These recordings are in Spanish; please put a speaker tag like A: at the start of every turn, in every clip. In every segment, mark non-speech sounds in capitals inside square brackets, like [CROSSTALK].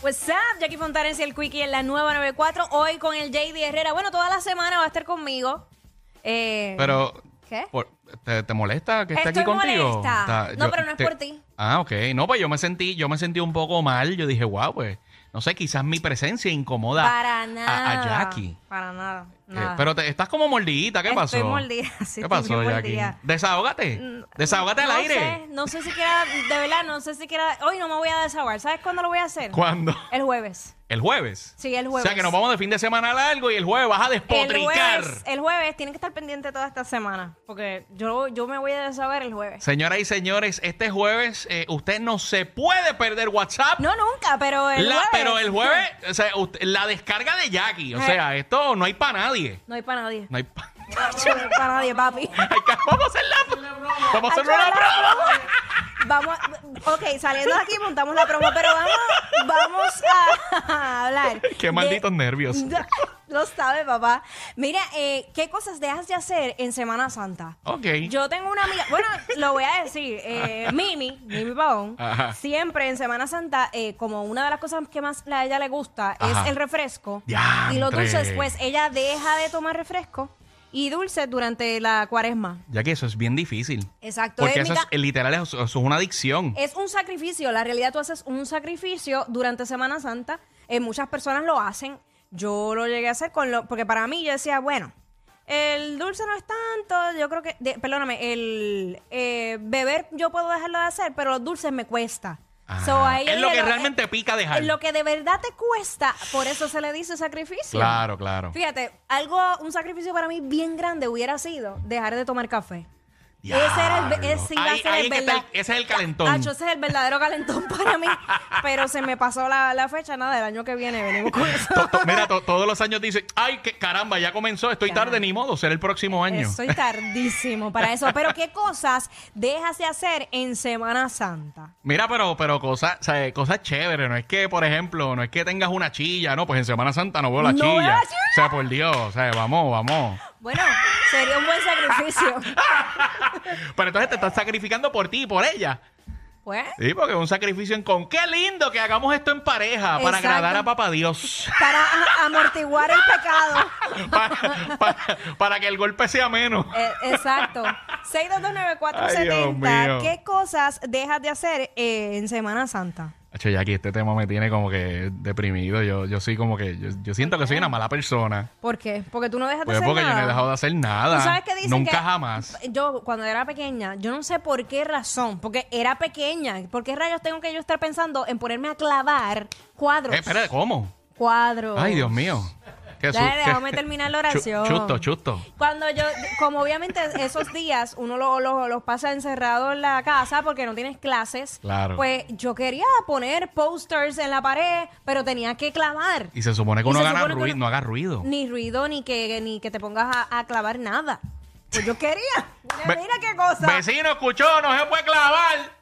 A: What's up, Jackie Fontanes y el Quickie en la nueva 94, hoy con el JD Herrera. Bueno, toda la semana va a estar conmigo. Eh,
B: Pero,
A: ¿Qué?
B: por- te, te molesta que esté
A: Estoy
B: aquí contigo?
A: molesta.
B: Está-
A: No,
B: yo-
A: pero no es
B: te-
A: por ti.
B: Ah, ok. No, pues yo me sentí, yo me sentí un poco mal. Yo dije, wow, pues, no sé, quizás mi presencia incomoda
A: para
B: a,
A: nada.
B: a Jackie.
A: Para nada.
B: Eh,
A: nada.
B: pero te- estás como mordidita, ¿qué
A: Estoy
B: pasó?
A: mordida, [LAUGHS] sí,
B: ¿Qué
A: estoy
B: pasó,
A: bien
B: Jackie?
A: mordida. Mm,
B: Desahógate. Desahógate
A: no
B: al aire.
A: Sé, no sé si quiera, de verdad, no sé si quiera. Hoy no me voy a desahogar. ¿Sabes cuándo lo voy a hacer?
B: ¿Cuándo?
A: El jueves.
B: El jueves.
A: Sí, el
B: O sea
A: jueves.
B: que nos vamos de fin de semana largo y el jueves vas a
A: El
B: despotricar.
A: jueves, eh. el jueves tienen que estar pendiente toda esta semana. Porque yo, yo me voy a desahogar el jueves.
B: Señoras y señores, este jueves eh, usted no se puede perder WhatsApp.
A: No, nunca, pero el
B: La-
A: jueves.
B: pero el jueves, o sea, usted- la descarga de Jackie. O
A: Eh.
B: sea, esto no hay para nadie.
A: No hay para nadie.
B: No hay pa- [LAUGHS]
A: No hay para nadie, papi.
B: Ay, ca- vamos a hacer la Vamos a hacer
A: Hacho,
B: una
A: la
B: prueba.
A: promo. Vamos, a- ok, saliendo de aquí montamos la promo, pero vamos, vamos a, hablar.
B: [LAUGHS] Qué malditos nervios.
A: [LAUGHS] Lo sabe, papá. Mira, eh, ¿qué cosas dejas de hacer en Semana Santa?
B: Ok.
A: Yo tengo una amiga, bueno, lo voy a decir,
B: [LAUGHS]
A: eh, Mimi, Mimi Pavón,
B: Ajá.
A: siempre en Semana Santa, eh, como una de las cosas que más a ella le gusta
B: Ajá.
A: es el refresco y los
B: Diantre.
A: dulces, pues ella deja de tomar refresco y dulces durante la cuaresma.
B: Ya que eso es bien difícil.
A: Exacto, Eh,
B: Porque
A: es
B: eso
A: mitad-
B: es, eh, literal, eso, eso es una adicción.
A: Es un sacrificio, la realidad tú haces un sacrificio durante Semana Santa, eh, muchas personas lo hacen, yo lo llegué a hacer con lo, porque para mí yo decía, bueno, el dulce no es tanto, yo creo que, de- perdóname, el eh, beber yo puedo dejarlo de hacer, pero los dulces me cuesta.
B: Ah,
A: So, ahí
B: es lo
A: dije, eh,
B: que realmente pica dejar.
A: Lo que de verdad te cuesta, por eso se le dice sacrificio.
B: Claro, claro.
A: Fíjate, algo, un sacrificio para mí bien grande hubiera sido dejar de tomar café.
B: Diablo.
A: Ese era el, ve- ese iba a
B: Ahí-
A: ser
B: ahí
A: el
B: que está
A: verdad-
B: el- ese es el calentón.
A: Tacho, ese es el verdadero calentón [LAUGHS] para mí. Pero se me pasó la, la fecha, nada, el año que viene venimos con eso.
B: To- to- mira, to- todos los años dice, ay, que caramba, ya comenzó, estoy
A: Caramba.
B: tarde, ni modo, será el próximo [LAUGHS] año.
A: Estoy tardísimo para eso. Pero ¿qué cosas dejas de hacer en Semana Santa?
B: Mira, pero, pero cosas, o sea, cosas chéveres. No es que, por ejemplo, no es que tengas una chilla, no, pues en Semana Santa no veo la
A: No
B: chilla.
A: veo la chilla.
B: O sea, por Dios, o sea, vamos, vamos.
A: Bueno, sería un buen sacrificio.
B: [LAUGHS] Pero entonces te estás sacrificando por ti y por ella.
A: Pues,
B: Sí, porque es un sacrificio en con. Qué lindo que hagamos esto en pareja para
A: Exacto.
B: agradar a papá Dios. [LAUGHS]
A: para a- amortiguar el pecado.
B: para, para- para que el golpe sea menos.
A: Eh, exacto. 6229470.
B: Ay, Dios mío.
A: ¿Qué cosas dejas de hacer eh, en Semana Santa?
B: Hacho, ya aquí este tema me tiene como que deprimido. Yo, yo soy como que, yo, yo siento que soy una mala persona.
A: ¿Por qué? Porque tú no dejas de
B: Pues
A: hacer
B: porque
A: nada.
B: yo no he dejado de hacer nada.
A: ¿Tú sabes qué dicen?
B: Nunca
A: que-
B: jamás.
A: Yo, cuando era pequeña, yo no sé por qué razón, porque era pequeña. ¿Por qué rayos tengo que yo estar pensando en ponerme a clavar cuadros?
B: Eh, espérate, ¿cómo?
A: Cuadros.
B: Ay, Dios mío. Qué
A: Dale,
B: su-
A: déjame
B: qué-
A: terminar la
B: Chu-
A: oración.
B: Chusto, chusto.
A: Cuando yo, como obviamente esos días uno lo- lo- los pasa encerrado en la casa porque no tienes clases,
B: Claro.
A: pues yo quería poner posters en la pared, pero tenía que clavar.
B: Y se supone que
A: Y
B: uno
A: se
B: gana
A: supone que
B: ruido,
A: uno-
B: no haga ruido.
A: Ni ruido, ni que, ni que te pongas a, a clavar nada. Pues yo quería. Mira,
B: Ve-
A: mira qué cosa.
B: Vecino, escuchó, no se puede clavar.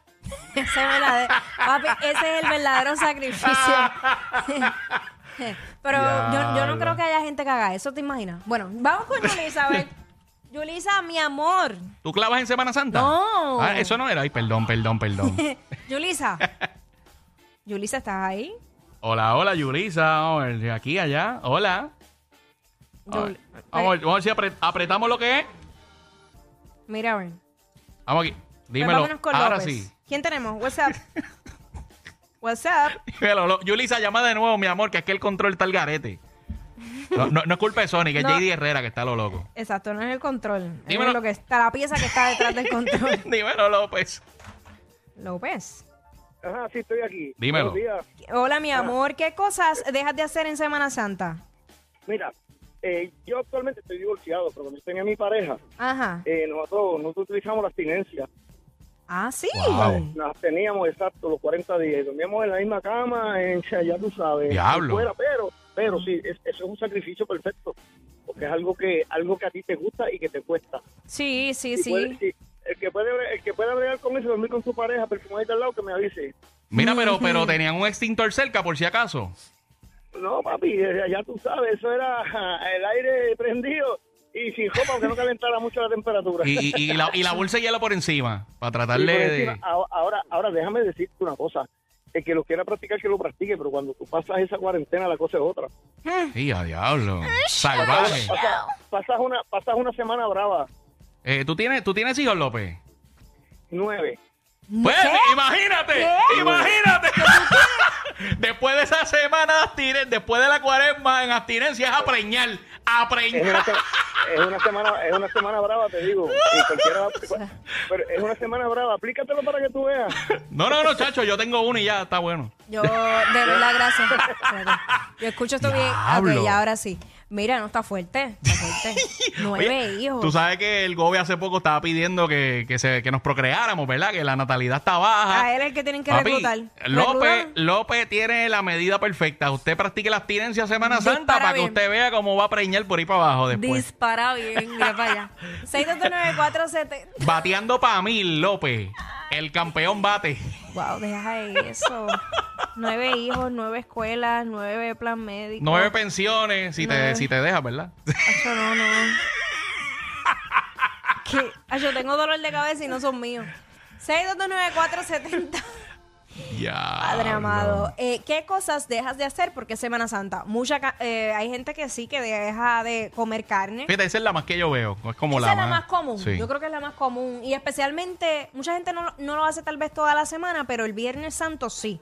A: Ese, es verdadero- papi, ese es el verdadero
B: [LAUGHS] Ah.
A: sacrificio. Pero yo, yo no
B: Diablo.
A: creo que haya gente que haga eso, ¿te imaginas? Bueno, vamos con Yulisa, a
B: [LAUGHS]
A: ver. Yulisa, mi amor.
B: ¿Tú clavas en Semana Santa?
A: No.
B: Ah, eso no era. Ay, perdón,
A: [LAUGHS]
B: perdón, perdón.
A: Yulisa. Yulisa, ¿estás ahí?
B: hola, hola, Yulisa. Vamos a ver, Aquí, allá. Hola. A
A: Yul-
B: ver, Vamos, a ver, vamos a ver si apre- apretamos lo que es.
A: Mira, a ver.
B: Vamos aquí.
A: Pues
B: Dímelo.
A: vámonos con
B: Ahora
A: López.
B: sí. [LAUGHS]
A: ¿Quién tenemos? WhatsApp. WhatsApp.
B: Dímelo, lo- Yulisa, llama de nuevo, mi amor, que es que el control está al garete. No, no- no es culpa de Sony, que es
A: No.
B: JD Herrera que está lo loco. [LAUGHS]
A: Exacto, no es el control.
B: Dímelo.
A: Es lo que está, la pieza que está detrás del
B: [LAUGHS]
A: control.
B: Dímelo, López.
A: López.
C: Ajá, sí, estoy aquí.
B: Dímelo.
C: Buenos días.
A: Hola, mi amor. ¿Qué cosas dejas de hacer en Semana Santa?
C: Mira, eh, yo actualmente estoy divorciado, pero cuando yo tenía mi pareja,
A: Ajá.
C: eh, nosotros, nosotros utilizamos la abstinencia.
A: Ah, sí.
B: Wow.
C: Nos teníamos exacto los 40 días. y Dormíamos en la misma cama, en, ya tú sabes.
B: Diablo.
C: Fuera, pero, pero sí, es- eso es un sacrificio perfecto. Porque es algo que, algo que a ti te gusta y que te cuesta.
A: Sí, sí,
C: Si
A: sí.
C: puede- si- el que puede bre- el que pueda bregar con eso, dormir con su pareja perfumadita al lado, que me avise.
B: Mira, pero, pero tenían un extintor cerca, por si acaso.
C: No, papi, eh, ya tú sabes, eso era [LAUGHS] ja, el aire prendido y sin ropa, aunque no calentara mucho la temperatura.
B: Y, y- y la, y la bolsa de hielo por encima, para
C: Y por
B: tratarle
C: encima,
B: de...
C: a- ahora, ahora déjame decirte una cosa. El que lo quiera practicar, que lo practique, pero cuando tú pasas esa cuarentena, la cosa es otra.
B: Sí, a diablo. Salvaje.
C: Pasa- pasas, una, pasas una semana brava,
B: Eh, ¿tú, tienes, ¿Tú tienes hijos, López?
C: nueve.
B: Pues, imagínate, imagínate. después de esa semana de abstinen- después de la cuaresma en abstinencia, es a preñar. A
C: Es una,
B: preñar.
C: se- es una semana es una semana brava, te digo. Y cualquiera va- pero es una semana brava, aplícatelo para que tú veas.
B: No, no, no, chacho, yo tengo uno y ya, está bueno.
A: Yo, de verdad, gracias. Espérate. Yo escucho esto bien. Ah, Ok,
B: Diablo.
A: ya ahora sí. Mira, no está fuerte. Está fuerte. Nueve
B: [LAUGHS] Oye,
A: hijos.
B: Tú sabes que el Gobe hace poco estaba pidiendo que, que, se, que nos procreáramos, ¿verdad? Que la natalidad está baja.
A: A Ah, él es el que tienen que
B: Papi,
A: reclutar.
B: López,
A: ¿Reclutan?
B: López tiene la medida perfecta. Usted practique la abstinencia Semana
A: Dispara
B: Santa para que
A: bien.
B: usted vea cómo va a preñar por ahí para abajo después.
A: Dispara bien, mira para allá. 62947.
B: Bateando para mil, López. El campeón bate.
A: Wow, deja eso. Nueve hijos, nueve escuelas, nueve plan médico.
B: Nueve pensiones, si te, si te dejas, ¿verdad? [LAUGHS]
A: Acho, no, no. ¿Qué? Acho, tengo dolor de cabeza y no son míos. 6229470.
B: ya.
A: Padre
B: no.
A: amado, eh, ¿qué cosas dejas de hacer porque es Semana Santa? Mucha ca- eh, hay gente que sí que deja de comer carne.
B: Fíjate, esa es la más que yo veo. Es como
A: Esa
B: la
A: es la
B: más
A: más común.
B: Sí.
A: Yo creo que es la más común. Y especialmente, mucha gente no, lo- no lo hace tal vez toda la semana, pero el Viernes Santo sí.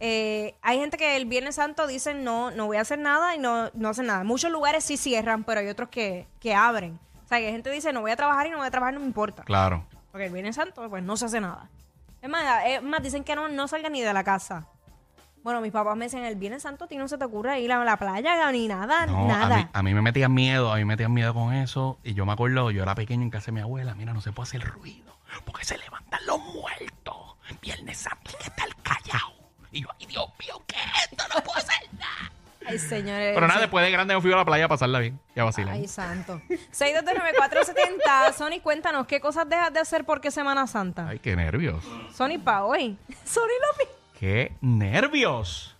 A: Eh, hay gente que el Viernes Santo dicen no, no voy a hacer nada y no, no hacen nada. Muchos lugares sí cierran, pero hay otros que, que abren. O sea, que hay gente que dice no voy a trabajar y no voy a trabajar, no me importa.
B: Claro.
A: Porque el Viernes Santo, pues no se hace nada. Es más, es más dicen que no, no salgan ni de la casa. Bueno, mis papás me dicen, el Viernes Santo a ti no se te ocurre ir a la playa ni nada,
B: No,
A: nada.
B: A, mí, a mí me metían miedo, a mí me metían miedo con eso. Y yo me acuerdo, yo era pequeño en casa de mi abuela, mira, no se puede hacer ruido, porque se levantan los muertos. Viernes Santo, hay que estar callado. Y yo, ay, Dios mío, ¿qué es esto? No puedo hacer nada.
A: Ay, señores.
B: Pero
A: Eh, sí.
B: nada, después de grande me fui a la playa a pasarla bien. Ya vacilar.
A: Ay, santo. 629-470. Sony, cuéntanos, ¿qué cosas dejas de hacer porque es Semana Santa?
B: Ay, qué nervios.
A: Sony, pa' hoy. [LAUGHS] Sony López.
B: Qué nervios.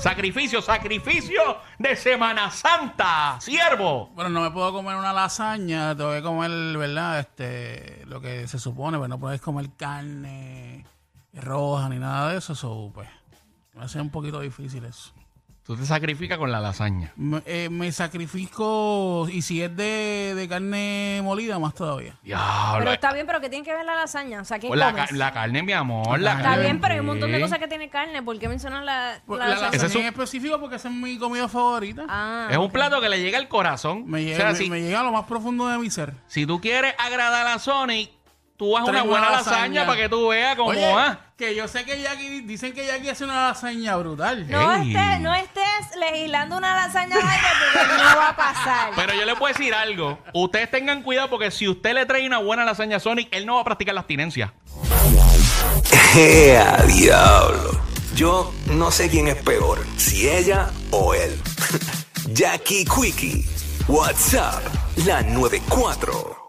B: Sacrificio, sacrificio de Semana Santa, siervo.
D: Bueno, no me puedo comer una lasaña, tengo que comer, ¿verdad? Este, lo que se supone, pero no podéis comer carne roja ni nada de eso, eso pues, va a ser un poquito difícil eso.
B: Tú te sacrificas con la lasaña.
D: Me, eh, me sacrifico, y si es de, de carne molida, más todavía.
A: Pero
B: Diablo.
A: está bien, pero ¿qué tiene que ver la lasaña? O sea, ¿qué
B: Pues la,
A: comes?
B: ca- la carne, mi amor. La
A: Está
B: carne.
A: bien, pero hay un montón de
B: Sí.
A: cosas que tiene carne. ¿Por qué mencionas la,
D: Pues,
A: la
D: la
A: lasaña?
D: lasaña
B: Ese es un-
D: en específico porque esa es mi comida favorita.
A: Ah,
B: Es un plato que le llega al corazón.
D: me, llega,
B: o sea,
D: me-
B: si,
D: me llega a lo más profundo de mi ser.
B: si tú quieres agradar a Sonic, tú haz una
D: Trae
B: buena lasaña, para que tú veas cómo
D: Oye,
B: ah.
D: que yo sé que Jackie, dicen que Jackie hace una lasaña brutal.
A: no,
B: Ey.
A: estés, no estés legislando una lasaña al aire porque no va a pasar.
B: Pero yo les puedo decir algo. Ustedes tengan cuidado porque si usted le trae una buena lasaña a Sonic, él no va a practicar la abstinencia.
E: [LAUGHS] ¡Ea, diablo! Yo no sé quién es peor, si ella o [LAUGHS] él. Jackie Quickie, WhatsApp, la 94.